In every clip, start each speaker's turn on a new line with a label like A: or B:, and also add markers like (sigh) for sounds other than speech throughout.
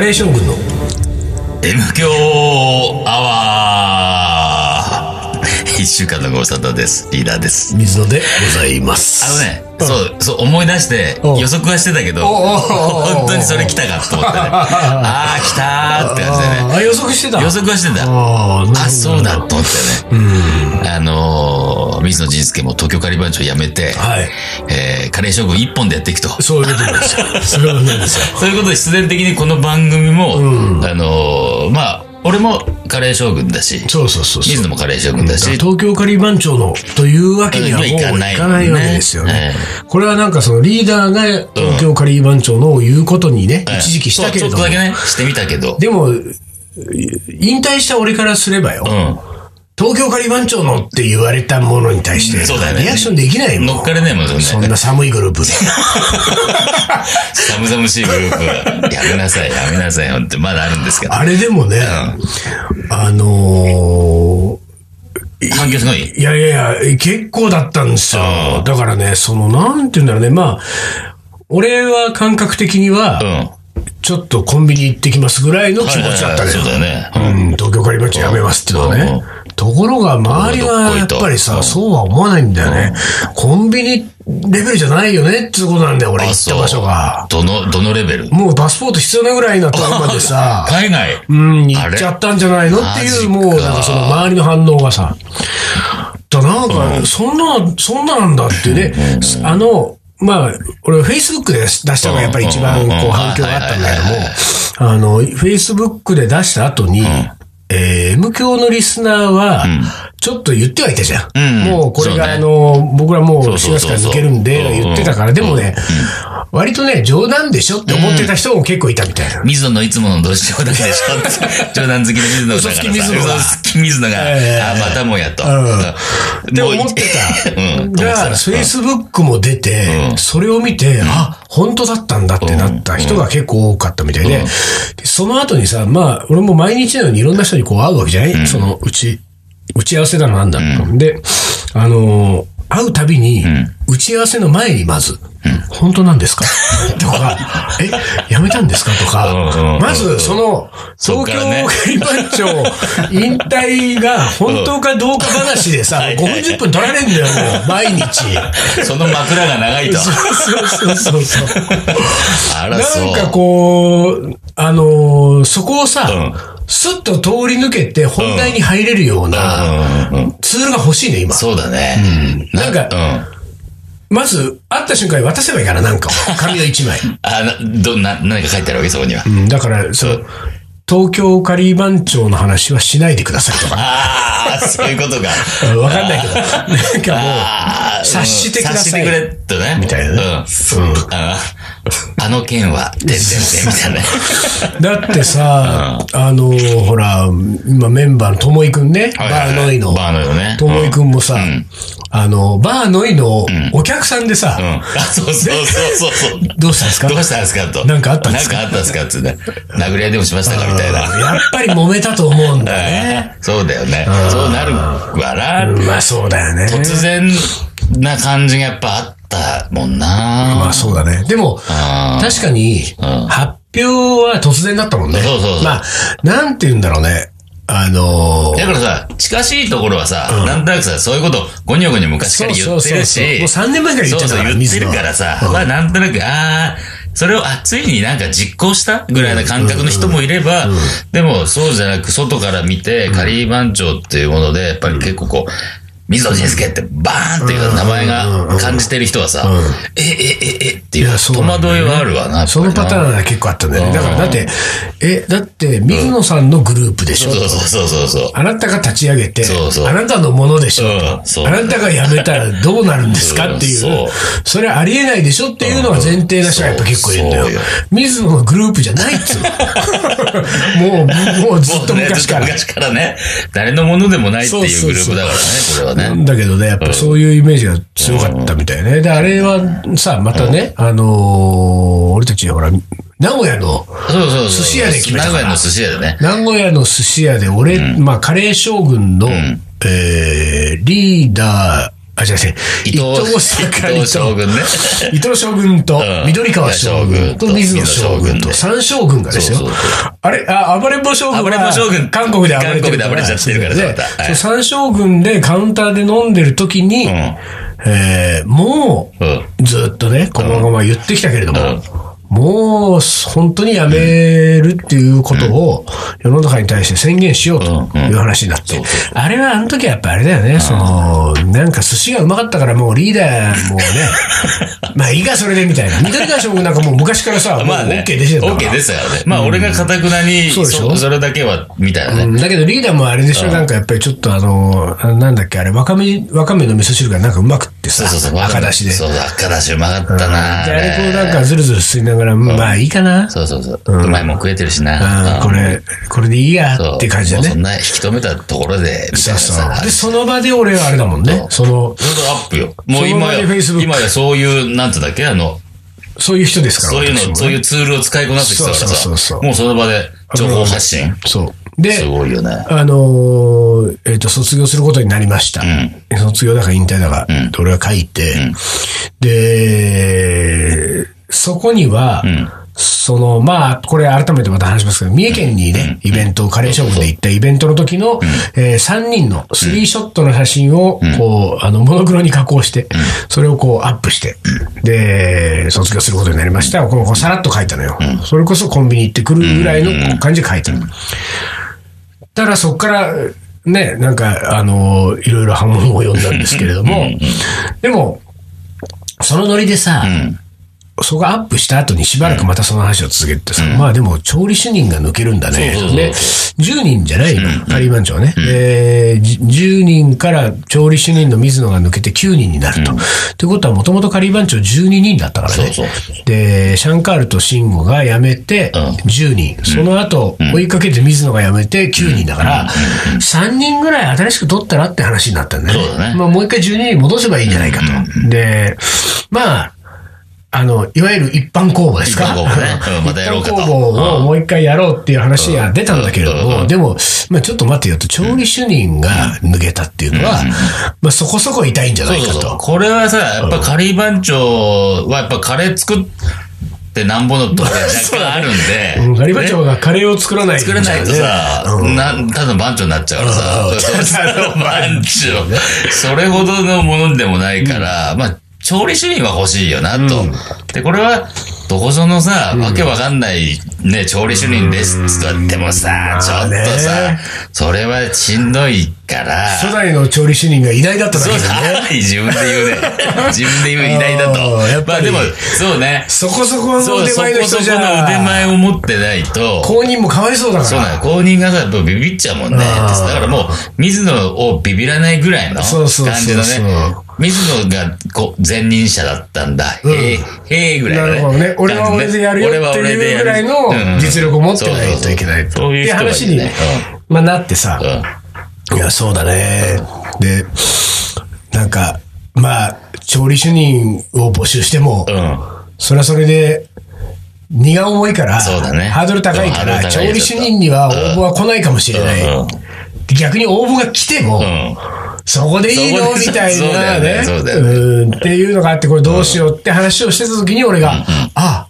A: レー将軍の
B: M 強アワー一週間のご無沙汰です。リーダーです。
A: 水野でございま
B: あの
A: す。
B: ね、そう、そう思い出して
A: うん
B: 予測はしてたけど、
A: おうおうおうおう
B: 本当にそれ来たかと思ってね。
A: (laughs)
B: ああ、来たーって感じでね。
A: あ、予測してた
B: 予測はしてた。
A: あーなるほど
B: あ、そうだと思ってね。あのー、水野仁介も東京カリバン長辞めて、
A: はい。
B: えー、カレー将軍一本でやっていくと。
A: そういうことなんですよ。そういうことなんですよ。
B: そういうことで必然的にこの番組も、
A: うん
B: あのー、まあ、俺もカレー将軍だし、
A: そうそうそうそう。
B: 水野もカレー将軍だし、
A: 東京カリバン長のというわけにはもうい
B: い
A: か
B: か
A: な
B: ないい
A: わけですよね
B: ね。
A: これはなんかそのリーダーが東京カリバン長のを言うことにね、一時期したけれど
B: そ
A: も
B: う。ちょっとだけね、してみたけど。
A: でも、引退した俺からすればよ、
B: う
A: 東京カリバン長のって言われたものに対して、
B: そうだよね
A: リアクションできない
B: ん。
A: も
B: 乗
A: ん
B: っ。かれないもんね。
A: そんな寒いグルー
B: (laughs)
A: プで。
B: 寒々しいグループは。やめなさい、やめなさい、ほんとまだあるんですけど。
A: あれでもね、あの
B: 反響すごい
A: ー、いやいやいや、結構だったんですよ
B: う。ん
A: だからね、その、なんて言うんだろうね、まあ、俺は感覚的には、
B: うん。
A: ちょっとコンビニ行ってきますぐらいの気持ちだったね。
B: そうだよね。
A: うん、東京カリバンチやめますってのはね。ところが、周りはやっぱり
B: う
A: さ、
B: ん
A: そうは思わないんだよね。コンビニレベルじゃないよねってことなんだよ、俺行
B: あ
A: った場所が。
B: どの、どのレベル
A: もうパスポート必要なぐらいなところまで
B: (laughs)
A: さ、
B: 海外。
A: うん、行っちゃったんじゃないのっていう、
B: マジか
A: もうなんかその周りの反応がさ。だなんか、そんな、そんななんだってね、あの、まあ、俺、フェイスブックで出したのがやっぱり一番こう
B: うんうんうん
A: 反響があったんだけども
B: はいはいはいはい、
A: あの、フェイスブックで出した後に、えー M 教のリスナーは、ちょっと言ってはいたじゃん。
B: うん
A: もうこれが、あ
B: そうね
A: の、僕らもう4
B: そうそ
A: 月か
B: うそう
A: ら
B: そう
A: 抜けるんで、言ってたから、でもね、割とね、冗談でしょって思ってた人も結構いたみたいな。
B: 水野のいつものどうしようだけでし
A: (laughs)
B: ょって冗談好きの水野だからさ。
A: 嘘つき水野が
B: 嘘つき水野
A: ええ
B: が。あ、またもやと。
A: うんって
B: も
A: 思
B: う
A: ってた
B: (laughs) うん。思って
A: が、
B: た
A: フェイスブックも出て
B: う、ん
A: それを見て、あ、本当だったんだってなった人が結構多かったみたいで、
B: うん
A: でその後にさ、まあ、俺も毎日のようにいろんな人にこう会うわけじゃない、その、うち、打ち合わせだのなんだの、で、あのー会うたびに、打ち合わせの前にまず、本当なんですかと
B: (laughs)
A: か、え、やめたんですかと
B: うんうんうん
A: か
B: う、ん
A: まずその、
B: そ
A: 東京
B: っからね
A: カリバン長引退が本当かどうか話でさ、5分10分取られんだよ、もう、毎日。
B: その枕が長いと。
A: そうそうそうそう。
B: あら、そう。
A: (laughs) なんかこう、あのーそこをさ、
B: う
A: スッと通り抜けて本題に入れるような
B: うんうんうん
A: ツールが欲しいね、今。
B: そうだね。
A: なんか
B: うん。
A: まず、会った瞬間に渡せばいいから、なんかを。紙を1枚。
B: あ、な、ど、な、何か書いてあるわけそこには。
A: うん、だから、その、東京カリバン長の話はしないでくださいとか。
B: ああ、そういう
A: (laughs)
B: ことか。
A: うんわかんないけど、なんかもう、
B: ああ、
A: 察してください
B: 察してくれ、とね。
A: みたいなね
B: うん。あのあの件は、てんてんてんみたいなね。
A: だってさ、あのーほら、今メンバーのともいくんね、
B: はいは
A: (laughs)
B: い
A: バ
B: はい
A: ーノイの。
B: バーノイのね
A: ともいくんもさ、あの、バーノイのお客さんでさ、
B: うん。あ、そうそうそうそ
A: (laughs)
B: うそう。
A: どうしたんですか
B: どうしたんですかと。
A: なんかあったんです
B: なんかあったんですかってね。殴り合いでもしましたかみたいな。
A: やっぱり揉めたと思うんだね。
B: そうだよね。そうなるわな。
A: まあそうだよね。
B: 突然な感じがやっぱあったもん
A: まあ
B: な。
A: そうだね。でも、
B: あ
A: 確かに、
B: ん
A: 発表は突然だったもんね。
B: そうそうそう
A: まあ、なんて言うんだろうね。あのー
B: だからさ、近しいところはさ、なんとなくさ、そういうこと、ごにょごにょ昔から言ってるし、
A: そうそうそうそうもう3年前から言ってたから
B: そうそう言ってるからさ、まあなんとなく、ああ、それを、あ、ついになんか実行したぐらいな感覚の人もいれば、でもそうじゃなく、外から見て、カリー番長っていうもので、やっぱり結構こう、水野仁介ってバーンっていう名前が感じてる人はさ、え、え、え、えってい
A: いうやそう
B: 戸
A: なん
B: 惑
A: だよ
B: いはあるわな。やっぱりな
A: そのパターンが結構あったんだよね。だから、だって、え、だって、水野さんのグループでしょ、
B: そうそうそうそう。
A: あなたが立ち上げて、
B: そうそう
A: あなたのものでしょ、
B: うんそう
A: あなたが辞めたらどうなるんですかっていう、
B: うんそう
A: それありえないでしょっていうのが前提な人がやっぱ結構いるんだよ。
B: そうよ
A: 水野のグループじゃないっつう
B: (laughs)
A: のもう、もうずっと昔から。
B: もうねずっと昔からね。誰のものでもないっていうグループだからね、これは
A: な
B: ね。
A: んだけどね、やっぱそういうイメージが強かったみたいね。で、あれはさ、またね、あのー俺たち、ほら、名古屋の、
B: そうそうそう。
A: 寿司屋で決めたか
B: 名
A: ら
B: 古屋の寿司屋でね。
A: 名古屋の寿司屋で、俺、まあ、カレー将軍の、えーリーダー、あ、じゃあね、伊
B: 伊
A: 藤
B: 藤
A: 盛
B: 伊
A: り
B: 藤将
A: と、
B: 軍ね。
A: 伊藤将軍と
B: う、ん
A: 緑川将軍と、
B: いや将軍と
A: 水野将軍と、
B: 水野将軍ね
A: 三将軍がですよ
B: そうそうそ。
A: あれ、あ、暴れん坊将軍は
B: 暴れん坊将軍
A: 韓国で暴れてるから。
B: 韓国で暴れちゃってるから
A: で
B: またはい
A: そう三将軍でカウンターで飲んでる時に、
B: ん
A: えーもう、
B: うん。
A: ずっとね、このまま言ってきたけれども、
B: うん
A: もう、本当にやめるっていうことを、世の中に対して宣言しようと
B: うんうん
A: いう話になって
B: そうそ。
A: あれは、あの時はやっぱあれだよね、その、なんか寿司がうまかったからもうリーダーもう
B: (laughs)
A: ね、まあいいかそれでみたいな。緑川将軍なんかもう昔からさ、
B: (laughs) まあ
A: もう
B: ね。
A: OK でしたから。
B: OK ですからね。まあ俺がかたくなに、
A: そうでしょ
B: そそれだけは、みたいな
A: う
B: ね。
A: んだけどリーダーもあれでしょ、なんかやっぱりちょっとあの、あなんだっけ、あれ、わかめ、わかめの味噌汁がなんかうまくって
B: そうそうそう。
A: さ、赤だしで。
B: そうそう、赤だしうまかったな。
A: であれこうなん
B: ね
A: かずるずる吸いながら、まあいいかな。
B: そうそうそう。うまいもん食えてるしな。
A: あーこれ、これでいいや
B: そう。
A: って感じだ
B: もうそ
A: ね
B: ん。な引き止めたところで、みた
A: そう
B: いな
A: そう
B: さ。。
A: で、その場で俺はあれだもんね。その、
B: それからアップよ。もう今
A: その
B: や、
A: 場で Facebook
B: 今やそういう、なんつうんだっけ、あの、
A: そういう人ですから。
B: そういう
A: 私も
B: の、そういうツールを使いこなす人だから
A: そうそうそうそ
B: さ、
A: う
B: もうその場で情報発信。、
A: そう。です
B: ごいよね。
A: あのーえっ、と、卒業することになりました。卒業だか引退だか、で俺が書いて、で、そこには、その、まあ、これ改めてまた話しますけど、三重県にね、イベント、カレー将軍で行ったイベントの時の、え3人のスリーショットの写真を、こう、あの、モノクロに加工して、それをこうアップして、で、卒業することになりました。こうこうさらっと書いたのよ。それこそコンビニ行ってくるぐらいの感じで書いたの。ただそこから、ね、なんか、あの、いろいろ波紋を呼んだんですけれども、でも、そのノリでさ、
B: ん
A: そこがアップした後にしばらくまたその話を続けてさ、まあでも調理主任が抜けるんだね。
B: そうそうそう
A: で、10人じゃないの、カリーマン長ね。でじ10人から調理主任の水野が抜けて9人になると。ってことはもともとカリーマン長12人だったからね。
B: そうそう
A: で、シャンカールとシンゴが辞めて
B: うん
A: 10人、その後追いかけて水野が辞めて9人だから、3人ぐらい新しく取ったらって話になったんだよね。
B: そうだね
A: まあもう一回12人戻せばいいんじゃないかと。で、まあ、あの、いわゆる一般公募ですか。
B: 一般公募
A: (laughs)
B: ねうんまたやろうかと
A: 一般公募をもう一回やろうっていう話が出たんだけれど
B: うんう
A: も、
B: ん
A: でも、まあちょっと待ってよと、調理主任が抜けたっていうのは、まあそこそこ痛いんじゃな
B: そう
A: いか
B: そうそう。
A: と。
B: これはさ、やっぱカリー番長はやっぱカレー作ってなんぼのところが若干あるんで。
A: うんガリバ
B: ね
A: チョがカレーを作らない
B: 作れないとさ、な、ただの番長になっちゃう
A: うん
B: からさ、ただの番長。それほどのものでもないから、まあ、調理主任は欲しいよな、と。で、これは、どこぞのさ、わけわかんない、ね、調理主任ですと言ってもさ、ちょっと
A: まあ
B: さ
A: ね、
B: それはしんどいから、
A: 初代の調理主任が偉大だっただけ
B: そう
A: で
B: だ
A: ね。
B: ね。自分で
A: (laughs)
B: 言うね。自分で言う偉大だ
A: あーやっ
B: と。ま
A: ぱ
B: あ
A: り
B: でも、そうね。
A: そこそこの
B: そう、
A: 腕
B: そこ
A: 前の
B: そ
A: 人
B: こ
A: じ
B: の
A: ゃ、
B: 腕前を持ってないと、
A: 公認もかわいそうだか
B: そうなの。
A: ら。
B: 公認がさ、やっぱビビっちゃうもんね。だ
A: あー
B: からもう、水野をビビらないぐらいの
A: そう
B: 感
A: そうそうそう
B: じのね。水野がこう前任者だったんだ。へえ、へえぐらいの、
A: なるほどね。俺は俺でやるよ
B: 俺は
A: って
B: 俺で
A: いう
B: や
A: ぐ
B: る
A: らいの
B: うん
A: 実力を持ってないといけない
B: そうそうそうそ
A: と。
B: う
A: っ
B: いう
A: て
B: 人がい
A: 話
B: る
A: に
B: ね。
A: まあなってさ
B: う、んうん
A: いや、そうだね。で、なんか、まあ、調理主任を募集しても、
B: うん。
A: それはそれで、荷が重いから、
B: そうだね
A: ハードル高いか
B: うんハードル
A: ら、
B: 高
A: 調
B: いよ
A: 理主任には応募は来ないかもしれない
B: うんうん。
A: 逆に応募が来ても、
B: うん。
A: そこでいい
B: そ
A: の
B: こ
A: み
B: で
A: たい
B: そうだ
A: な
B: よ
A: ね
B: ねそうだよね
A: うんっていうのがあって、これどうしようって話をしてた時に俺が、あ、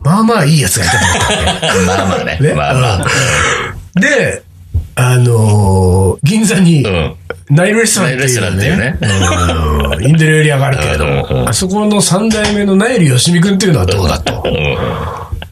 A: まあまあいいやつがいたと思った。
B: まあまあね。
A: ね
B: (laughs) まあまあ。
A: で、あのー銀座に、
B: うん。
A: ナイルレストランって
B: ナイルレ
A: いうね
B: スト
A: うんインド料理屋があるけれど
B: うんうんう
A: も、あそこの3代目のナイルよしみくんっていうのはどうだと。
B: うん。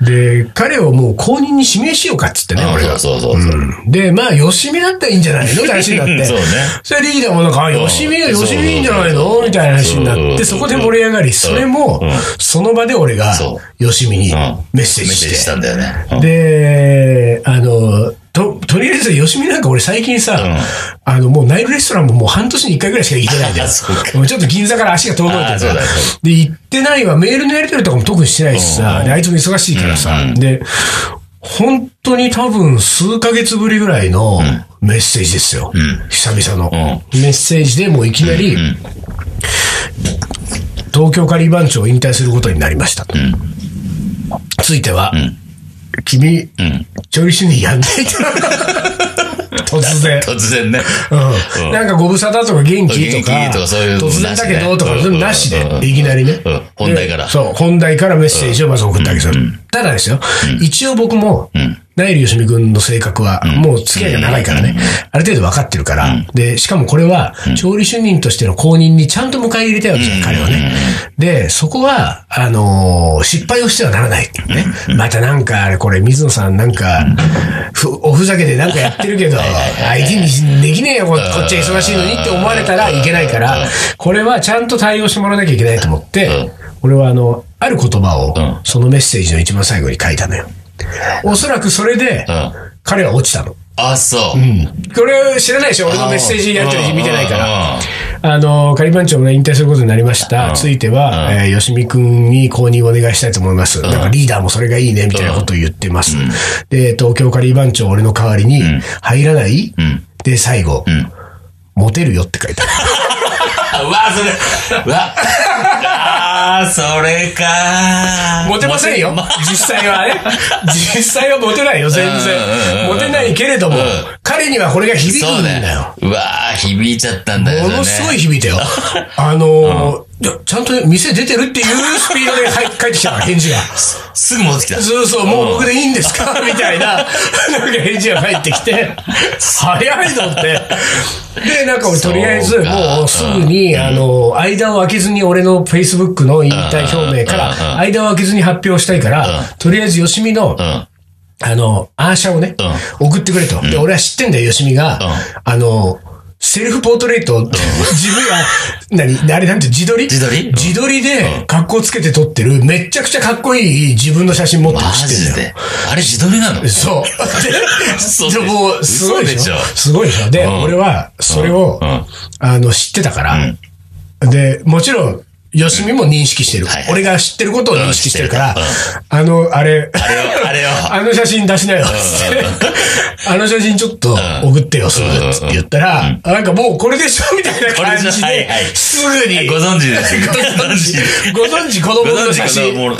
A: で、彼をもう公認に指名しようかっつってね、俺が。
B: そうそうそう。
A: で、まあ、よしみだったらいいんじゃないのって話になって。
B: (laughs) そうね
A: それリーダーもなんか、あよしみは
B: うん
A: よしみいいんじゃない
B: そうそう
A: の
B: そう
A: みたいな話にな
B: うんう
A: っ
B: んう
A: て、
B: ん
A: そこで盛り上がり、それも
B: うん、
A: その場で俺が
B: そ、
A: よしみに
B: うん
A: メッセージ
B: メッセージし
A: した
B: んだよね。う
A: て。
B: ん
A: で、あの、と、とりあえず、よしみなんか俺最近さ、
B: ん
A: あの、もうナイルレストランももう半年に1回ぐらいしか行けないんだよ。
B: あ (laughs) そうか
A: もうちょっと銀座から足が遠のいて
B: あ
A: る
B: そうだね
A: で、行ってないわ、メールのやり取りとかも特にしてないしさ、
B: うん
A: であいつも忙しいからさ、
B: うんうん
A: で、本当に多分数ヶ月ぶりぐらいのメッセージですよ。
B: ん
A: 久々の、
B: う
A: メッセージでもういきなり、
B: ん
A: 東京カリバン長を引退することになりましたと。
B: ん
A: ついては、
B: ん
A: 君、
B: うん。
A: 調理主任やんないと。
B: (laughs)
A: 突然。
B: 突然ね。
A: うんなんかご無沙汰とか元気とか、
B: 元気とかそういうの
A: 突然だけどと
B: な
A: か、
B: しね
A: 全部なし
B: うんうんうん
A: で、いきなりね
B: うん。本題から
A: でそう、本題からメッセージをまず送ってあげる。ただですよ、一応僕も、ナイルよしみ君の性格は、もう付き合いが長いからね、ある程度分かってるから、で、しかもこれは、調理主任としての公認にちゃんと迎え入れたいわけじゃん、彼はね。で、そこは、あのー失敗をしてはならないっていうね。またなんか、あれこれ、水野さんなんか、ふおふざけでなんかやってる (laughs) けど、相手にできねえよ、ここっちは忙しいのにって思われたらいけないから、これはちゃんと対応してもらわなきゃいけないと思って
B: うん、
A: 俺はあの、ある言葉を
B: ん、
A: そのメッセージの一番最後に書いたのよ。おそらくそれで
B: う、ん。
A: 彼は落ちたの。
B: あ、そう。うん。
A: これ知らないでしょ俺のメッセージやってる日見てないから。
B: ら。
A: あの、仮番長もね引退することになりました。ついては、えー、よしみくんに公認をお願いしたいと思います。なんかリーダーもそれがいいね、みたいなことを言ってます。で、東京仮番長、俺の代わりに、入らない、
B: ん
A: で、最後、
B: ん
A: モテるよって書いてある。
B: あうわ、それ。うわ。あー、それか。
A: モテませんよ
B: モテ。
A: 実際 (laughs) はね。実際はモテないよ、全
B: うんうんうん
A: 然。
B: うん
A: モテないけれども、彼にはこれが響く
B: そ
A: ん
B: う
A: だ
B: だ
A: よ
B: よ。。うわー、響いちゃったんだよ。
A: ものすごい
B: それ
A: 響
B: ね
A: いたよ。
B: (laughs)
A: あのーいやちゃんと店出てるっていうスピードではい帰ってきたから、返
B: (laughs)
A: 事が。
B: すぐ戻ってきた。
A: そうそう、もう僕でいいんですかみたいな、なんか返事が返ってきて、早いぞって。で、なんか俺とりあえず、
B: そうか
A: もうすぐに、あの、間を空けずに俺の Facebook の引退表明か
B: うんうん
A: ら、間を空けずに発表したいから、とりあえずよしみの、
B: うん。
A: あの、アーシャをね、送ってくれと。で、俺は知ってんだよ、よしみが。あの、セルフポートレート、自分が、何あれなんて自撮り
B: 自撮りうん
A: 自撮りで、格好つけて撮ってる、めっちゃくちゃかっこいい自分の写真持ってる
B: マ
A: 知ってんだ
B: ジ
A: よ。
B: で。あれ自撮りなの嘘
A: そう。
B: でし
A: で、
B: ょ
A: でもう、すごいでしょ。
B: 嘘でしょ
A: すごいでしょ。で、
B: ん
A: 俺は、それを
B: うんうん、
A: あの、知ってたから、で、もちろん、よしみも認識してる
B: はいは。い
A: 俺が知ってることを認識してるから
B: うん知っ、
A: あの、あれ、
B: あれを、あれを。
A: あの写真出しなよ、つって。 (laughs) あの写真ちょっと送ってよ、すぐ、つって言ったら、あなんかもうこれでしょみたいな感じ
B: これでしょ
A: で
B: はいはい、
A: すぐに、
B: ご存知です。
A: (laughs)
B: ご存
A: ご存知子供
B: ご
A: の
B: 存知
A: 写
B: かどう
A: 真
B: も。う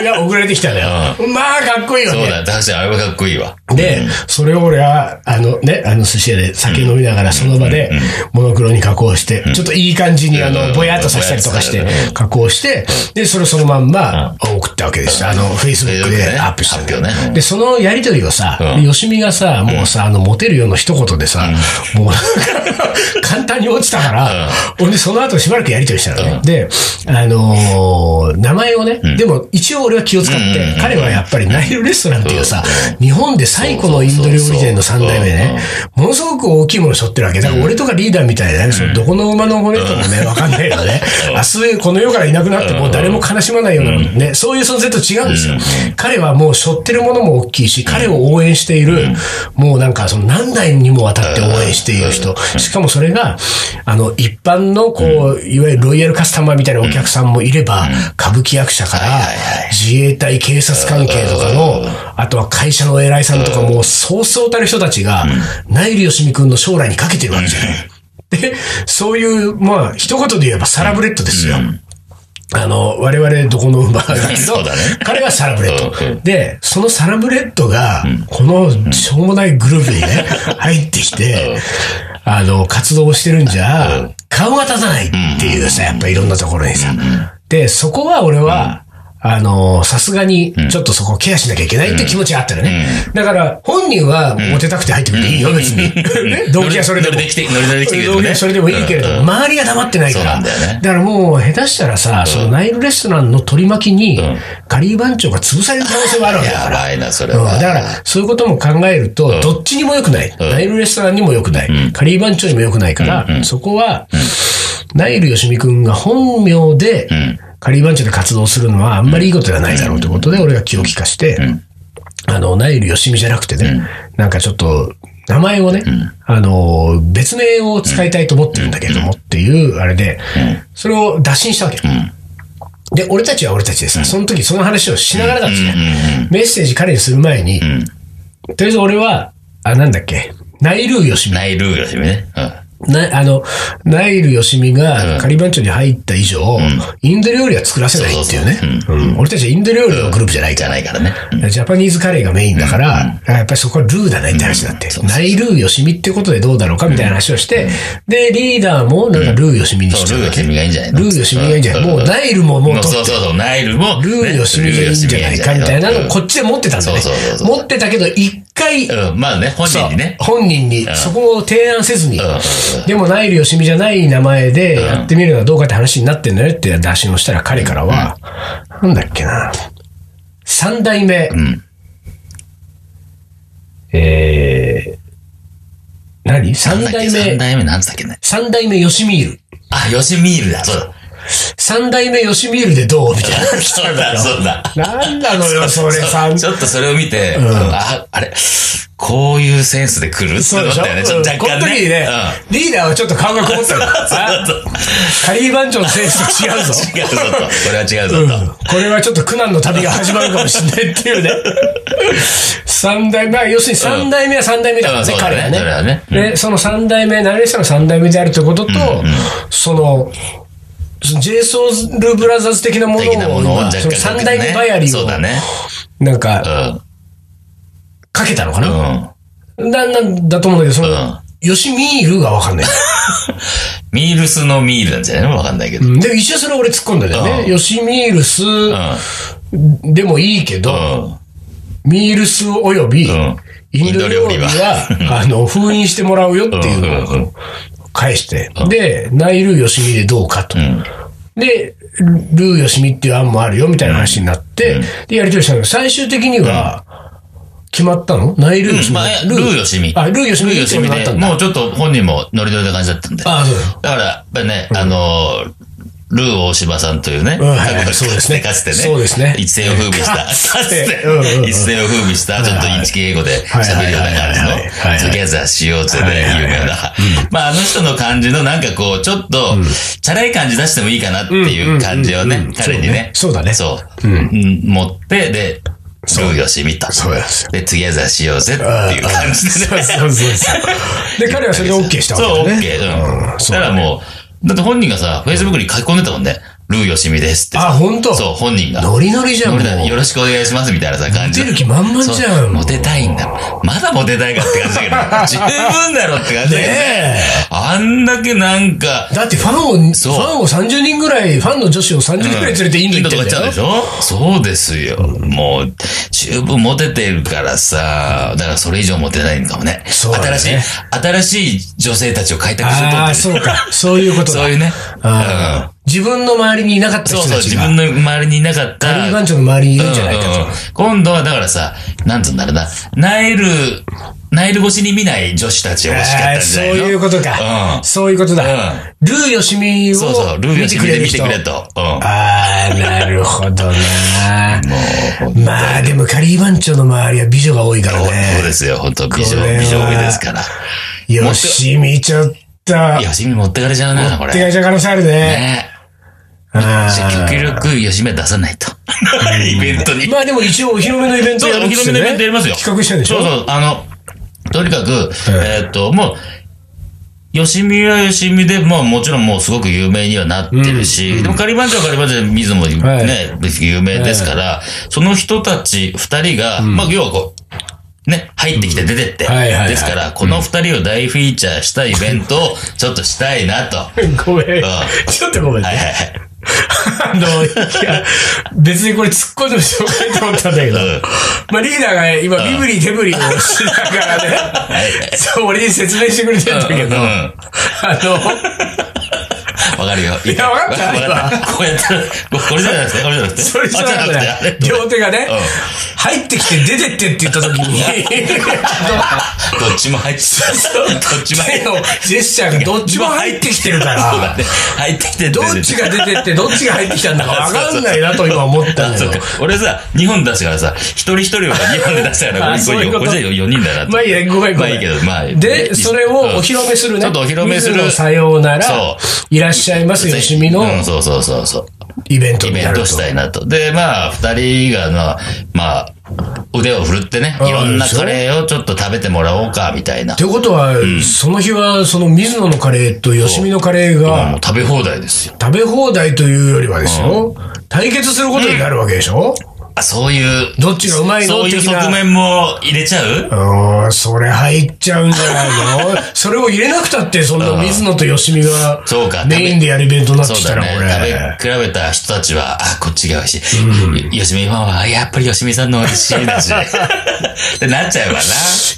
B: ん
A: が送られてきたのよ。まあ、かっこいいよ
B: そう
A: ね。
B: だ、確かにあれはかっこいいわ。
A: で、それを俺は、あのね、あの寿司屋で酒飲みながらその場でモノクロに加工して、ちょっといい感じにあ
B: うん
A: の、ぼやっとさせたりとかし
B: ぼやっと
A: て、加工して、で、それをそのまんま送ったわけです。あの、Facebook でアップしたんだよ
B: Facebook ねうん
A: で、そのやりとりをさ、よしみがさ、もうさ、あの、モテるよの一言でさ、もうなんか、 (laughs) 簡単に落ちたから、俺でその後しばらくやりとりしたのね。で、あのー、名前をね、でも一応俺は気を使って、彼はやっぱりナイルレストランっていうさ、日本で最古のインド料理店の3代目ね、ものすごく大きいものを背負ってるわけ。だから俺とかリーダーみたいなね、そのどこの馬の骨ともね、わかんないよね。明日この世からいなくなってもう誰も悲しまないようなね、そういう存在と違うんですよ。彼はもう背負ってるものも大きいし、彼を応援している、もうなんかその何代にもわたって応援している人。しかもそれが、あの、一般のこう、いわゆるロイヤルカスタマーみたいなお客さんもいれば、歌舞伎役者から
B: いはい、
A: 自衛隊、警察関係とかの、あとは会社の偉いさんとかも、そうそうたる人たちが、ナイルよしみくんの将来にかけてるわけじゃない。で、そういう、まあ、一言で言えばサラブレッドですよ。あの、我々どこの馬だけど
B: そうだね、
A: 彼はサラブレッド
B: うんう。
A: で、そのサラブレッドが、このしょうもないグループに
B: (laughs)
A: ね、入ってきて、あの、活動してるんじゃ、顔が立たないっていうさ、やっぱいろんなところにさ。で、そこは俺は、あの、さすがに、ちょっとそこをケアしなきゃいけないっていう気持ちがあったのね。だから、本人はモテたくて入ってくれていいよ、別に。ね動機はそれでも
B: (laughs) ノリノリで来て、ノリノリで来てくれ
A: 動
B: る
A: 機は
B: ね。
A: それでもいいけれども、周りが黙ってないから。
B: そうなんだよね
A: だからもう、下手したらさ、そのナイルレストランの取り巻きに、カリー番長が潰される可能性があるわけだ
B: や
A: から。
B: ばいな、それ
A: うん
B: は。
A: だから、そういうことも考えると、どっちにも良くない。ナイルレストランにも良くない。カリー番長にも良くないから、そこは、ナイルよしみくんが本名で、カリー番長で活動するのはあんまりいいことではないだろうということで、俺が気を利かして、あの、ナイルよしみじゃなくてね、なんかちょっと、名前をね、あの、別名を使いたいと思ってるんだけれどもっていう、あれで、それを打診したわけ。で、俺たちは俺たちでさ、その時その話をしながらだったじゃんメッセージ彼にする前に、とりあえず俺は、あ、なんだっけ、ナイルーよしみ。
B: ナイルーよしみね。うん
A: な、あの、ナイル・ヨシミがカリバン町に入った以上、インド料理は作らせないっていうね。うん俺たちはインド料理のグループじゃない
B: じ
A: か
B: ゃ
A: ら。
B: ないからね。
A: ジャパニーズカレーがメインだから、やっぱりそこはルーだねって話になって、ナイルーよしみっていうことでどうだろうかみたいな話をして、で、リーダーもなんかルーよしみにし
B: そう、ルーが
A: て、
B: 君がいいんじゃないの
A: ルーよしみがいいんじゃないもうナイルももう
B: もう
A: 取
B: そうそうそう、ナイルも、
A: ルーよしみがいいんじゃないかみたいなのをこっちで持ってたんだね
B: そうそうそう。そう
A: 持ってたけど、一回、
B: うん、まあね、本人にね。
A: 本人にそこを提案せずに、
B: ん
A: でもナイルよしみじゃない名前でやってみるのはどうかって話になってんだよって打診をしたら彼からは、なんだっけな、三代目、
B: ん
A: えー、何三
B: なんだっ
A: 代
B: け三
A: 目、
B: 代目なんつったっけね。
A: 三代目よしみーる。
B: あ、ヨシミールだ。そうだ。
A: 三代目よしみーるでどうみたい (laughs) な。
B: そうだ、そうだ。
A: なんなのよ、それ三
B: ちょっとそれを見て、あ、あれ、こういうセンスで来るって
A: そうで
B: 思っ
A: しょ、
B: たよね。ちょ
A: う
B: っ
A: ん
B: と
A: この
B: 若干
A: 時にね
B: ね。、
A: リーダーはちょっと顔が曇ったの。あ
B: うん
A: カリー番長の選手と違うぞ。
B: 違うぞと。これは違うぞと。
A: これはちょっと苦難の旅が始まるかもしれないっていうね。三代目、まあ要するに三代目は三代目だからね、
B: うん
A: 彼はね。
B: そうだね彼
A: で、その三代目、ナレーションの三代目であるということと、その、ジェイソールブラザーズ的なものを
B: 的なものを
A: 今、
B: 若
A: そ
B: 干
A: の三代目バイアリー
B: そうだ
A: を、
B: ね。
A: なん
B: う
A: か、
B: ん。
A: かけたのか
B: う
A: な、
B: ん。
A: な、なんだと思うんだけど、そ
B: うん
A: の、ヨシミールがわかんない。
B: ミールスのミールなんじゃないのわかんないけど。うん。
A: で、一応それ俺突っ込んだんだよ
B: う
A: ね。
B: ん
A: ヨシミールス
B: う
A: でもいいけど、
B: ん。
A: ミールスおよび、
B: うん
A: インド料理は、 (laughs) あの、封印してもらうよっていう
B: うんうんう
A: のを返して、で、ナイル・ヨシミでどうかと。
B: ん
A: で、ルー・ヨシミっていう案もあるよみたいな話になって、で、やり取りしたんだけど、最終的には、決まったのナイル・ヨシミ
B: まあ、ルーよしみ。
A: あ、ルー・ヨシ
B: ル
A: ミっ
B: ーよ
A: て
B: し
A: こ
B: み
A: とになっ
B: で
A: た、んだ。
B: もうちょっと本人もノリノリな感じだったんで。だか
A: ああ、そうだ。
B: ら、やっぱりね、あのー、ルー大柴さんというね、
A: うんはいはい
B: かつて
A: そうですね
B: かつてね、
A: そうですね
B: 一世を風靡した、かつ
A: て
B: て
A: うんうんうん
B: 一世を風靡した、ちょっとインチキ英語で喋るような感じ
A: はいはいはいはい
B: の、トゥゲザーしようぜで有名な。まあ、あの人の感じのなんかこう、ちょっと、チャラい感じ出してもいいかなっていう感じをね、彼にね、
A: そうだね
B: そう、うん持って、で、ルーよし見た。
A: そうですよ
B: で、トゥゲザーしようぜっていう感じで
A: (laughs)
B: ね。(laughs)
A: そうそうそう。で、彼はそれで OK したわ
B: そう、
A: けだ
B: OK。
A: ね。
B: うん。
A: うん
B: だ
A: そう
B: からもう、だって本人がさ、Facebook に書き込んでたもんね。ルーよしみですってさ。
A: あ本当
B: そう、本人が。
A: ノリノリじゃん、もう
B: 俺。らによろしくお願いしますみたいなさ、感じ。
A: モテる気満々じゃん
B: そうモテたいんだ。まだモテたいかって感じだけど、十
A: (laughs)
B: 分だろって感じだけど
A: ね
B: ね
A: え。
B: あんだけなんか、
A: だってファンを、フ
B: そう
A: ァンを30人ぐらい、ファンの女子を30人ぐらい連れてインド行ってん
B: 行っちゃう
A: だよ
B: でし。ょそうですよ。もう、十分モテてるからさ、だからそれ以上モテないのかもね。
A: そうだね
B: 新しい、新しい女性たちを開拓すると
A: ああ、そうか。そういうことだ。
B: そういうね。うん
A: あー自分の周りにいなかった
B: そう
A: 人
B: そう、
A: たち
B: 自
A: が、
B: 分の周りにいなかった。
A: カリー番長の周りにいるんじゃないか
B: うん
A: と。
B: うんうん今度はだからさ、なんつうんだろうな、ナイル、ナイル越しに見ない女子たちが欲しかった
A: あ
B: ん
A: ー
B: じ
A: そ
B: ゃ
A: う
B: ないの
A: いうことか。
B: うん
A: そういうこと
B: う
A: だ。ルーヨシミを
B: そうそう、ルー
A: 見
B: ル
A: て
B: し
A: く
B: み
A: れ
B: で
A: る
B: 見て
A: 人
B: く。れと。うん。
A: ああ、なるほどな。
B: (laughs) もう、
A: まあでもカリー番長の周りは美女が多いから
B: そう
A: ね。
B: ですよ、本当美
A: これ
B: 女、
A: は
B: 美女多いですから。
A: よしみちょっと。
B: よしみ持ってかれちゃうな、これ。
A: 手がいちゃう可能性あるね。
B: ね
A: あー
B: 極力、よしみは出さな
A: (laughs)
B: いと。イベントに。
A: まあでも一応お披露目のイベント
B: そう、
A: や
B: お
A: るっ
B: 披
A: つっ
B: 露
A: て
B: 目
A: ね
B: のイベントやりますよ。
A: 企画したんでしょ
B: そうそう、あの、とにかく、えーっと、もう、吉見は吉見で、まあもちろんもうすごく有名にはなってるし、でも仮番長は仮番長で水もね、
A: はい
B: 有名ですから、その人たち二人が、まあ要はこう、ね、入ってきて出てって。
A: うんはいはいはい
B: ですから、この二人を大フィーチャーしたイベントをちょっとしたいなと。は
A: ごめん。
B: ん
A: ちょっとごめん
B: いはい
A: ね。
B: はい。
A: あの、いや、別にこれ突っ込んでもしょうがないと思ったんだけど
B: (laughs) うん。
A: まあリーダーがね、今、ビブリー、デブリーをしながらね、
B: はいはい
A: そう、俺に説明してくれてんだけど、
B: うんうん
A: あの、
B: わかるよ。
A: いやわかった
B: わかったこうやったら、これじゃなくて、これじゃなくて。
A: それじゃ
B: あ
A: なく
B: あれ
A: て、両手がね
B: うん、
A: 入ってきて出てってって言った時
B: (laughs)
A: に、
B: どっちも入ってきた。どっちも入っ
A: 手
B: て
A: のジェスチャーがどっちも入ってきてるか
B: そうだ
A: ら、
B: ね。入ってきて
A: どっちが出てってどっちが入ってきたんだかわかんないなと
B: そうそう
A: 今
B: そう
A: 思ったんだけ
B: そう
A: ど
B: か。。俺さ、日本出すからさ、一人一人は日本で出したか
A: あ
B: ら、こ
A: そうい
B: れ
A: うこと
B: これじゃ4人だなと。
A: まあいいや、ごめんごめん。
B: まあいいけど、まあ。
A: で、それをお披
B: うん
A: 露目するね。
B: ちょっとお披露目する
A: 水野さようなら
B: そ、
A: いらっしゃいますよしみの
B: うんそうそうそうそう。
A: イベント
B: イ
A: に
B: ベ
A: な
B: ン
A: る
B: ト
A: と
B: し。たいなと。で、まあ、二人がな、まあ、腕を振るってね、
A: あー
B: いろんな
A: でしょ
B: カレーをちょっと食べてもらおうか、みたいな。
A: てことは、その日は、その水野のカレーと吉見のカレー
B: も
A: が
B: う、食べ放題ですよ。
A: 食べ放題というよりはですよ、対決することになるわけでしょ、
B: あ、そういう。
A: どっちがうまいの
B: そういう
A: 的な
B: 側面も入れちゃう
A: うーん、それ入っちゃうんじゃないのそれを入れなくたって、そんな水野と吉見が
B: そうか
A: メインでやるイベントになって
B: そう
A: きた
B: だ
A: ら、
B: ね
A: これ。。
B: 食べ比べた人たちは、あ、こっちが美味しい。吉見ファンは、やっぱり吉見さんの美味しいだし。ってなっちゃうわな。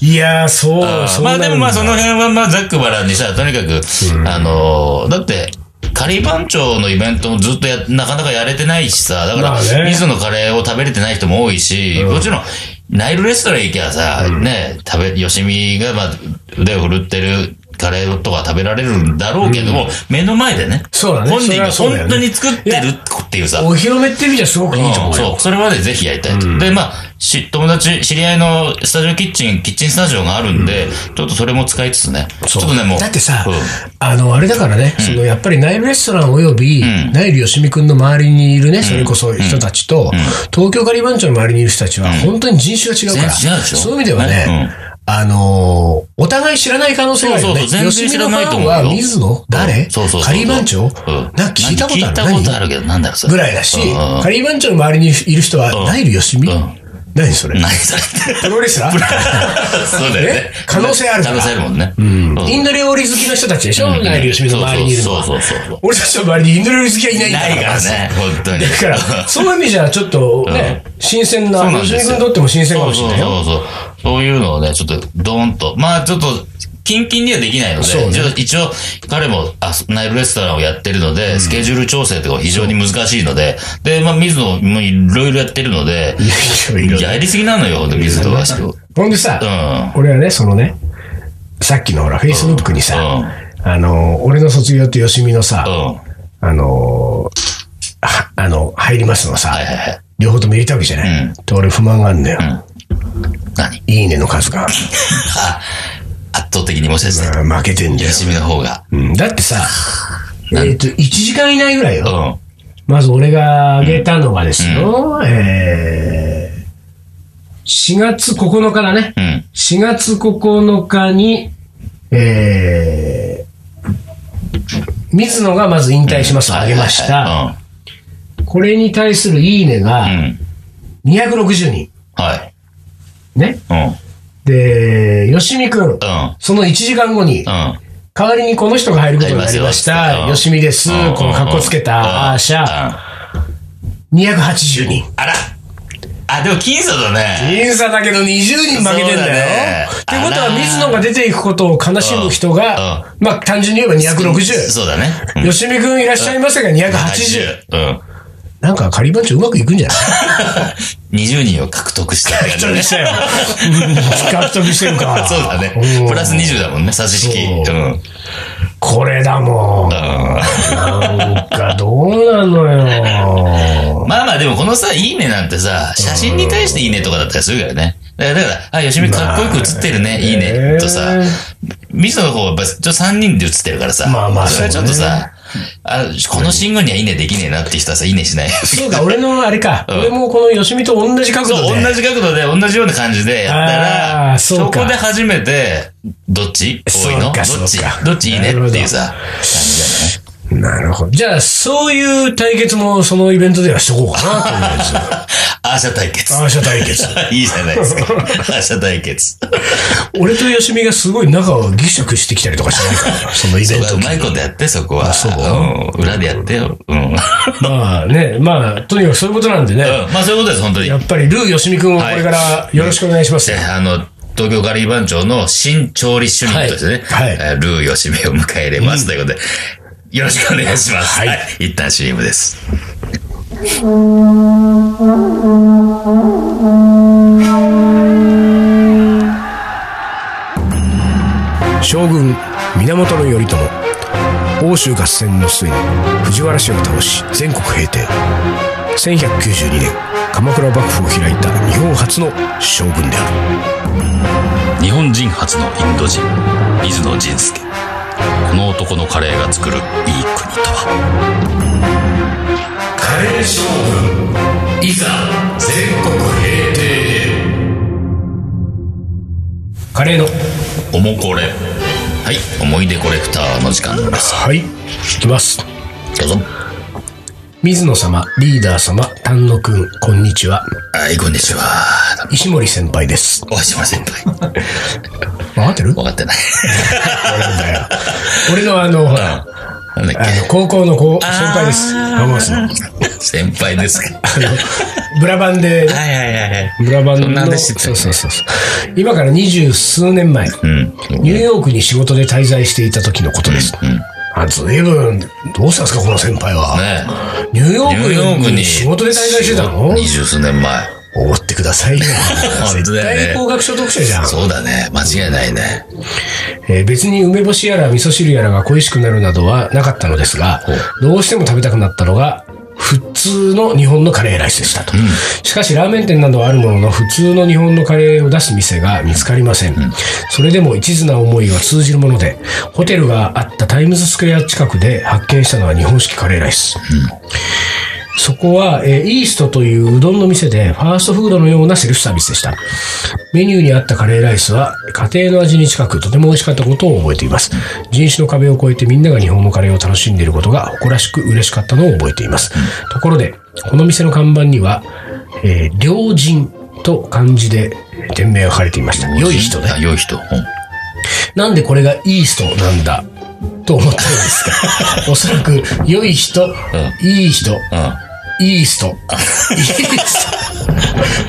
A: いやー、そう、そう
B: ま
A: なる
B: あ
A: んだ
B: でもまあその辺はまあざっくばらんにさ、とにかく、あのー、だって、カリー番長のイベントもずっとや、なかなかやれてないしさ、だか
A: まあ
B: ら、
A: ね
B: 水野カレーを食べれてない人も多いし、もちろん、ナイルレストラン行きゃさ、ね、食べ、よしみがまあ腕を振るってるカレーとか食べられるんだろうけども、目の前でね、
A: そうだね
B: 本
A: そ
B: 人
A: れ
B: が
A: はそうだ
B: 本
A: よね
B: 当に作ってるっていうさ、
A: お披露目って意味じゃすごくいいと思うよ。
B: そう、それまでぜひやりたいと。で、まあ、し、友達、知り合いのスタジオキッチン、キッチンスタジオがあるんで、ちょっとそれも使いつつね。ちょっとね、もう。
A: だってさ、
B: うん
A: あの、あれだからね、そのやっぱりナイルレストランおよび、
B: ん
A: ナイルよしみくんの周りにいるね、それこそ人たちと、東京カリバンチョの周りにいる人たちは、本当に人種が違うから、
B: 全然違うでしょ
A: そういう意味ではね、あのーお互い知らない可能性があるよね。
B: そうそう全然知らないと思うよ
A: よしみのファンは水野誰
B: そうそうそう。
A: カリバンチョ、
B: うん
A: なんか聞いたことある
B: 聞いたことあるけど、なんだろう、それ。
A: ぐらいだし、
B: うん
A: カリバンチョの周りにいる人は、ナイルよしみ、
B: ん
A: 何それ
B: 何それって。
A: プ
B: (laughs)
A: ロレスラー (laughs)
B: そうだよね
A: ね。可能性あるか
B: 可
A: ら
B: 能性あるもんね。うん。
A: インド料理好きの人たちでしょ、ナイルよしみの周りにいるのは。
B: そうそうそうそう。
A: 俺たちの周りにインド料理好きはいないんだ
B: ないからね、本当に。
A: だから、そういう意味じゃ、ちょっとね、新鮮な、
B: そうなんです
A: 吉
B: よ
A: 見君にとっても新鮮かもしれないよ。
B: そうそうそうそう。そういうのをね、ちょっと、ドーンと。まあ、ちょっと、キンキンにはできないので、
A: そうね
B: ちょっと一応、彼もあナイルレストランをやってるので、スケジュール調整とか非常に難しいので、で、まあ、水野もいろいろやってるので、
A: いやいやいや
B: やりすぎなのよ、水野は。う
A: ほんでさ、
B: ん。
A: 俺はね、そのね、さっきのほら、フェイスブックにさ、
B: う
A: あの、俺の卒業と吉見のさ、
B: うん。
A: あの、はあの、入りますのさ、
B: はいはいはい。
A: 両方とも入れたわけじゃない。
B: うん
A: で、俺不満があんだよ。
B: 何
A: いいねの数が、
B: 圧倒的にもしかして、
A: うん負けてんだよ。
B: 休みの方が。
A: うんだってさ、 (laughs) えっと、1時間以内ぐらいよ。
B: うん。
A: まず俺が挙げたのがですよ、えー、4月9日だね。
B: うん。
A: 4月9日に、えー、水野がまず引退しますを挙げました。
B: は
A: これに対するいいね
B: いはい
A: が
B: はい。うん。うん。
A: 260人。
B: はい。
A: ね。
B: うん。
A: で、吉見くん、
B: う
A: その1時間後に、
B: ん。うん。
A: 代わりにこの人が入ることになりまし
B: 入ります
A: た。
B: よ
A: 吉見です。この格好つけた、あーシャー、
B: うん
A: 280人。
B: あら。あ、でも僅差だね。
A: 僅差だけど20人負けてんだよ。
B: そ
A: っ
B: う
A: て
B: だね
A: ことは、水野が出ていくことを悲しむ人が、まあ単純に言えば260。
B: そうだね。うん
A: 吉見くんいらっしゃいませが280。。
B: うん。 (laughs)
A: なんか仮番長うまくいくんじゃない
B: 20人を獲得したって感じだね。
A: よ。
B: (laughs)
A: 獲得してるか。
B: そうだ
A: う
B: ね。
A: ん
B: プラス20だもんね、差し引き。う
A: そ
B: ん。うん
A: これだもん。なんかどうなのよ。
B: まあまあ、でもこのさ、いいねなんてさ、写真に対していいねとかだったりするからね。だから、だからあ、よしみかっこよく写ってるね、いいね、とさ
A: え、
B: ミスの方はやっぱちょっと3人で写ってるからさ、
A: まあまあ
B: それはちょっと
A: そうだ
B: さ、あこの信号にはいいねできねえなって人はさ、いいねしない。
A: そうか、俺のあれか。俺もこの吉見と同じ角度
B: そう、
A: で。
B: 同じ角度で、同じような感じでやった
A: あ
B: ら、
A: ー
B: そ
A: そうか
B: こで初めて、どっち多い
A: そ
B: のど
A: う
B: っ
A: か
B: ち
A: そうか
B: どっちいいねっていうさ、 (laughs)
A: なるほど。じゃあ、そういう対決もそのイベントではしとこうかな、とりあえず。
B: アーシャ対決。
A: アーシャ対決。
B: (laughs) いいじゃないですか。
A: (laughs)
B: アーシャ対決。
A: (laughs) 俺と吉見がすごい仲をギクシャクしてきたりとかしないからな、そのイベ
B: そ
A: ン
B: こは
A: (laughs) ト
B: う。まいことやって、そこは。
A: そう
B: うん裏でやって
A: (laughs)
B: よ。うん。うん
A: まあね、まあ、とにかくそういうことなんでね、
B: まあそういうことです、本当に。
A: や
B: で
A: っぱりルー吉見君をこれからよろしくお願いしますよ。
B: あの、東京ガリー番長の新調理主任としてね、
A: はいはい
B: えールー吉めを迎え入れます、ということで、よろしくお願いします。
A: はい
B: はい、一旦 CM です。
A: 将軍、源頼朝。欧州合戦の末に藤原氏を倒し全国平定。1192年、鎌倉幕府を開いた日本初の将軍である。
C: 日本人初のインド人水野仁介この男のカレーが作るいい国とは
B: カレー将軍いざ全国平定へ
A: カレーの。
B: おもこれ。はい、思い出コレクターの時間です。
A: はい。いきます。
B: どうぞ。
A: 水野様、リーダー様、丹野くん、こんにちは。
B: はい、こんにちは。
A: 石森先輩です。
B: おしま先輩。
A: わかってる
B: 分かって (laughs) ない。
A: 俺のあの、ほら、
B: なんだっけ
A: あ。の、高校の子、先輩です。浜松の。あ
B: 先輩ですか。
A: の、ブラバンで、
B: はいはいはいはい。
A: ブラバン
B: そんな
A: の、
B: 話してた
A: そ
B: よ
A: う
B: ね
A: そうそうそう。今から二十数年前、
B: うん。
A: ニューヨークに仕事で滞在していた時のことです。あ、ずいぶん、どうしたんですか、この先輩は。
B: ね
A: ニューヨ
B: ニューヨ
A: ー
B: ー
A: ク
B: ク
A: に
B: に。
A: 仕事で滞在してたの
B: (laughs) 二十数年前。
A: おごってくださいよ。
B: (laughs) 本当だよね
A: 絶対高額所得者じゃん。
B: そうだね。間違いないね。
A: えー別に梅干しやら味噌汁やらが恋しくなるなどはなかったのですが、どうしても食べたくなったのが、普通の日本のカレーライスでしたと。しかし、ラーメン店などはあるものの、普通の日本のカレーを出す店が見つかりません。それでも一途な思いは通じるもので、ホテルがあったタイムズスクエア近くで発見したのは日本式カレーライス。そこは、えーイーストといううどんの店で、ファーストフードのようなセルフサービスでした。メニューにあったカレーライスは、家庭の味に近く、とても美味しかったことを覚えています。人種の壁を越えてみんなが日本のカレーを楽しんでいることが誇らしく嬉しかったのを覚えています。ところで、この店の看板には、えー、良人と漢字で店名が書かれていました。良い人ね。
B: あ良い人。うん
A: なんでこれがイーストなんだと思ったんです (laughs) かおそらく、良い人、いい人、イースト。イースト。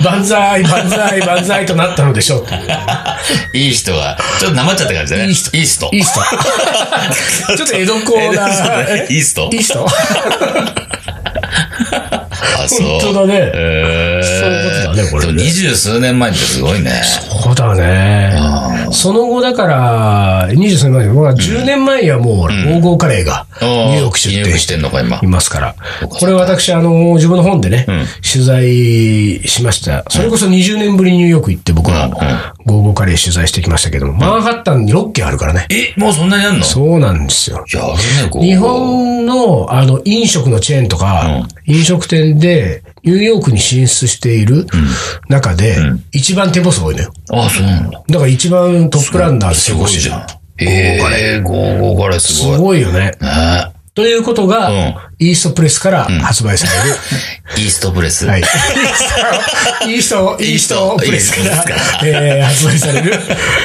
A: 万歳、万歳、万歳となったのでしょう。
B: うん。いい人は、ちょっとなまっちゃった感じだね。
A: いい人
B: いい人。
A: イースト。ちょっと江戸っ子な。え
B: (laughs) イー
A: (laughs)
B: スト
A: イースト
B: あ、そう。
A: 本当だね。
B: へー
A: そういうことだねこれね
B: でも二十数年前ってすごいね。
A: そうだね。その後だから、23年前、まあ10年前にはもう、黄金カレーがニューヨーク出
B: 入
A: 店
B: 浴
A: し
B: しててんのか、今
A: い。ますから。これ私、あの、自分の本でね、取材しました。それこそ20年ぶりにニューヨーク行って僕
B: うん
A: は、ゴーゴーカレー取材してきましたけども、マンハッタンに6軒あるからね。
B: え、もうそんなにあんの
A: そうなんですよ。
B: やるね、こう。
A: 日本の、あの、飲食のチェーンとか、飲食店で、ニューヨークに進出している中で、一番手細いのよ。
B: あ、そうなんだ。
A: だから一番トップランナーです成
B: ご
A: 功
B: い
A: して
B: じ
A: る
B: ゃん。えー、ゴーゴーカレーす
A: す
B: ごい。ね
A: ごいよね。ということが、
B: ん
A: イーストプレスから発売さ (laughs) れる。
B: イーストプレス。
A: はい。イースト、イーストプレスから、えー発売され (laughs) る、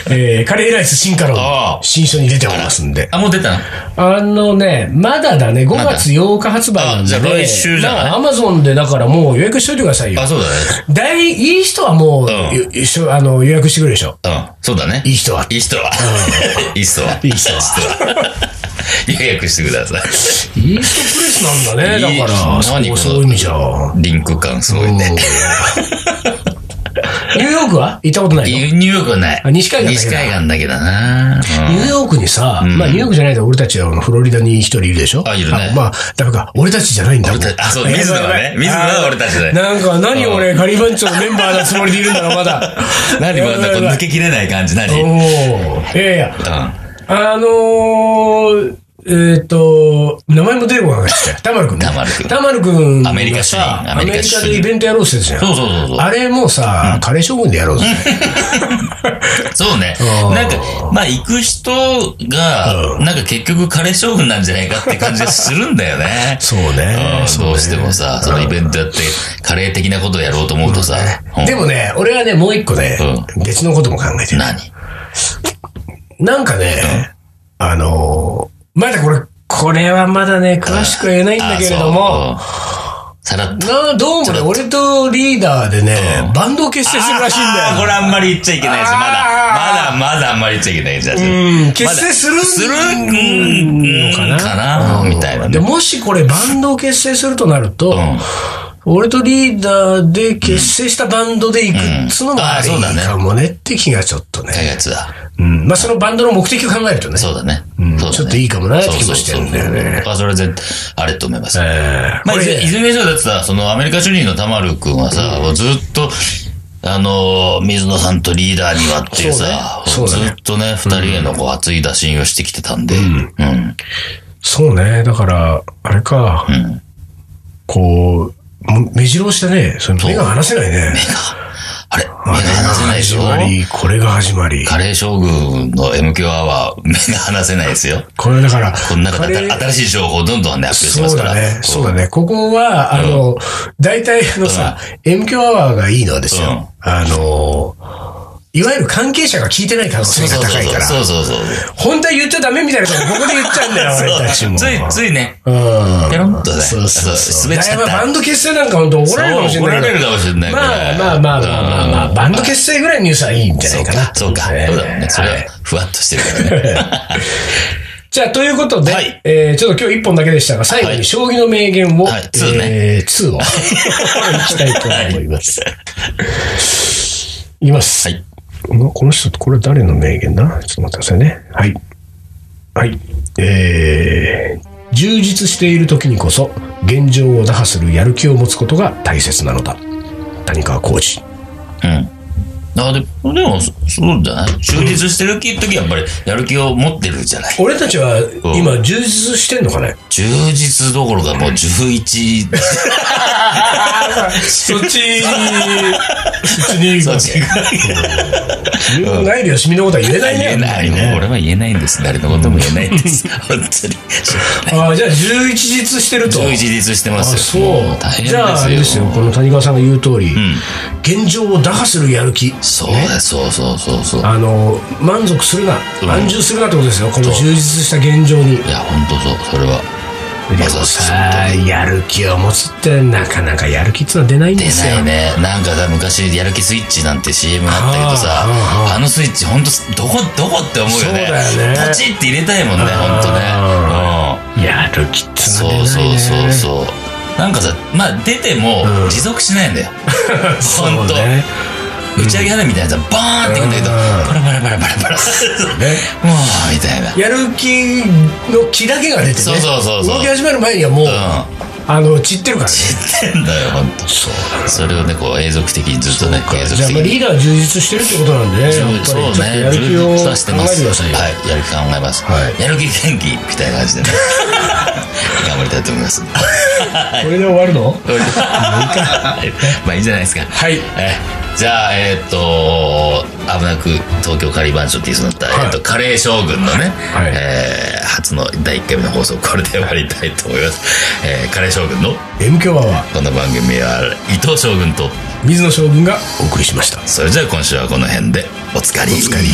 A: えーカレーライス進化論
B: あ、ー
A: 新書に出ておりますんで。
B: あ、もう出たの
A: あのね、まだだね、5月8日発売なんで。
B: あじゃあ来週じゃない
A: アマゾンでだからもう予約しといてくださいよ
B: あ、。そうだね。
A: 大、いい人はもう、
B: ん
A: よよしょあの予約してくれるでしょ。
B: うん、そうだね。
A: いい人は。
B: いい人は。 (laughs) いい人は。
A: いい人は。
B: 予約してください。
A: いい人プレスなんだね、だか
B: い
A: ら。
B: い
A: そ
B: 何こ
A: う
B: の
A: そういう意味じゃ。うん
B: リンク感すごいね。
A: (laughs) ニューヨークは行ったことないの
B: ニューヨークはない
A: あ。西海岸だけ
B: 西
A: ど
B: 海岸だけだな。うん
A: ニューヨークにさ、まあニューヨークじゃないと俺たちはあのフロリダに一人いるでしょ
B: あいるね
A: まあ、だから俺たちじゃないんだもん
B: 俺たちあそう水野はね
A: (laughs) あ
B: 水野は俺たちだよ
A: なんか何俺カリバンチョのメンバーなつもりでいるんだろう、まだ。
B: (laughs) 何
A: やば
B: ま
A: い
B: だこう
A: やばい
B: 抜けきれない感じ、何うん。
A: (laughs) おーいやいや、あのー、えっ、と、名前も出るわけです
B: (laughs)
A: よ。たまるくんね。
B: 田丸君
A: たまるくんがさ。
B: アメリカ主任
A: ア
B: ア
A: メ
B: メ
A: リ
B: リカ主任
A: カでイベントやろうって言ってたじゃん。
B: そうそうそうそう
A: あれもさ、カレー将軍でやろうぜ。
B: そうね。
A: うん。
B: なんか、まあ、行く人が、なんか結局彼将軍なんじゃないかって感じがするんだよね
A: (laughs) そうね
B: ん。
A: そうね
B: どうしてもさ、そのイベントやって、カレー的なことをやろうと思うとさ。うん
A: でもね、俺はね、もう一個ね、別のことも考えてる。
B: 何
A: なんかね、あのー、まだこれ、これはまだね、詳しくは言えないんだけれども、
B: あそううんさらっと。
A: などうもね、俺とリーダーでね、バンドを結成するらしいんだ
B: あ
A: よ。
B: ーこれあんまり言っちゃいけないです。ま
A: あ
B: だ、まだ、まだあんまり言っちゃいけないじゃん。
A: うん、結成する
B: する
A: んのかな
B: かなみたいな
A: で
B: ね。
A: もしこれバンドを結成するとなると、
B: ん
A: 俺とリーダーで結成したバンドで行くっつうのもあり
B: うんあそうだね
A: かもねって気がちょっとね。
B: やつだ。
A: うんまあそのバンドの目的を考えるとね。
B: そうだね。そうだね
A: ちょっといいかもなって気もしてるんだよね
B: そうそうそうあ、それは絶対、あれと思います。
A: えー
B: まあ、
A: こ
B: い
A: れ
B: ずいずれにしろだってさ、そのアメリカ主任のたまるくんはさ、もうずっと、あのー、水野さんとリーダーにはっていうさ、
A: そうねそうだね
B: ずっとね、二人へのこう熱い打診をしてきてたんで、うん。
A: そうね。だから、あれか、こう、も目白押しだね。それ目が離せないね。
B: あれ目が離せないでし
A: 始
B: ょ
A: まり、これが始まり。
B: カレー将軍の MQ アワー、目が離せないですよ。
A: これだから、
B: この中
A: カ
B: で
A: レー
B: 新しい情報をどんどんね、アップデートしてま
A: そ
B: す
A: う
B: から。
A: だね。そうだね。ここは、あの、大体あのさ、M 響アワーがいいのはですよ。あの、いわゆる関係者が聞いてない可能
B: そ
A: 性
B: うそ
A: が
B: うそう
A: 高いから。
B: そうそうそう。
A: 本当は言っちゃダメみたいなことここで言っちゃうんだよ、俺たちも。
B: つい、ついね、
A: うん。
B: ペロンとね、
A: そうそうそう。
B: 滑っちゃっ
A: だから
B: た
A: バ。ンド結成なんか本当怒られるかもしれない
B: 怒られ
A: け
B: る
A: ど。
B: かもしれない。
A: まあまあまあまあまあまあ、バンド結成ぐらいのニュースはいいんじゃないかな。
B: そうか。
A: えー
B: そうだもんね。それは
A: はい、
B: ふわっとしてる
A: (laughs)
B: からね。
A: じゃあ、ということで、
B: はい
A: えーちょっと今日一本だけでしたが、最後
B: は
A: に
B: い
A: 将棋の名言を、
B: はいツーね
A: えー、
B: (laughs)
A: ツーを、いきたいと思います。い、きます。
B: はい
A: このこの人、これ誰の名言だちょっと待ってくださいね。はい。はい。えー、充実している時にこそ、現状を打破するやる気を持つことが大切なのだ。谷川浩二。
B: うん。あでも、でも、そそうじゃない充実してる時はやっぱりやる気を持ってるじゃない。
A: 俺たちは今、充実してんのか
B: (laughs)
A: ね
B: 充実どころかもう11、
A: (laughs) そっち
B: (laughs)
A: に、そっちに行
B: そ
A: く
B: っ
A: わ
B: ち
A: け。自分の内慮しみのことは言えないね。
B: 言えない。もう俺は言えないん
A: (laughs)
B: です。誰のことも言えないんです。本当に。
A: ああ、じゃあ、11実してると。
B: 充実してま
A: あ
B: す
A: そ
B: よ。
A: う
B: も大。変です
A: じゃあ、あれですよ、この谷川さんが言う通り、現状を打破するやる気。
B: そう
A: ね
B: だ、そうそうそうそう。
A: あの、満足するな、
B: うん
A: 安住するなってことですよ、この
B: そう
A: 充実した現状に。
B: いや、本当そう。それは。
A: でもさあ、やる気を持つって、なかなかやる気ってのは出ないんで
B: 出
A: す
B: な
A: よ
B: い。ね。なんかさ、昔、やる気スイッチなんて CM あったけどさ、
A: あーあー
B: あのスイッチ、ほんと、どこ、どこって思うよね。
A: そうだよね
B: ポチって入れたいもんね、ほんと
A: あ
B: ね。うん。
A: やる気っての
B: そう
A: は出ない
B: そう
A: ね。
B: そうそう。なんかさ、まあ、出ても
A: うん、
B: 持続しないんだよ。
A: (laughs) そう
B: ほんと。
A: ね
B: 打ち上げ花みたいなやつはバーンっていくんだけど、
A: うん
B: パラパラパラパラ
A: (laughs)
B: パラ。
A: ね
B: もう、みたいな。
A: やる気の気だけが出てね。
B: そうそうそうそう
A: 動き始める前にはもう、
B: うん。
A: あの、散ってるからね。
B: 知ってんだよ、ほんと。
A: そうだね
B: それをね、こう、永続的にずっとね、永続
A: じゃあ、
B: 的
A: まあ
B: に。
A: リーダーは充実してるってことなんでね、やっぱりち
B: そう
A: ょっ
B: ね
A: とやる気を考えて
B: 充実してます
A: くださいよ。
B: はい、やる気考えます。
A: はい
B: やる気元気みたいな感じでね。頑張りたいと思います。
A: これで終わるの
B: (laughs) まあいいんじゃないですか。
A: はい
B: えじゃあ、えっ、と、危なく東京カリーバンチョって言いそうになった、
A: はい
B: えっと、カレー将軍のね、
A: はい
B: えー初の第1回目の放送、これで終わりたいと思います。えーカレー将軍の
A: M 強アワ
B: この番組は伊藤将軍と、
A: ー、水野将軍がお送りしました。
B: それじゃあ今週はこの辺でおつかり。おつかり。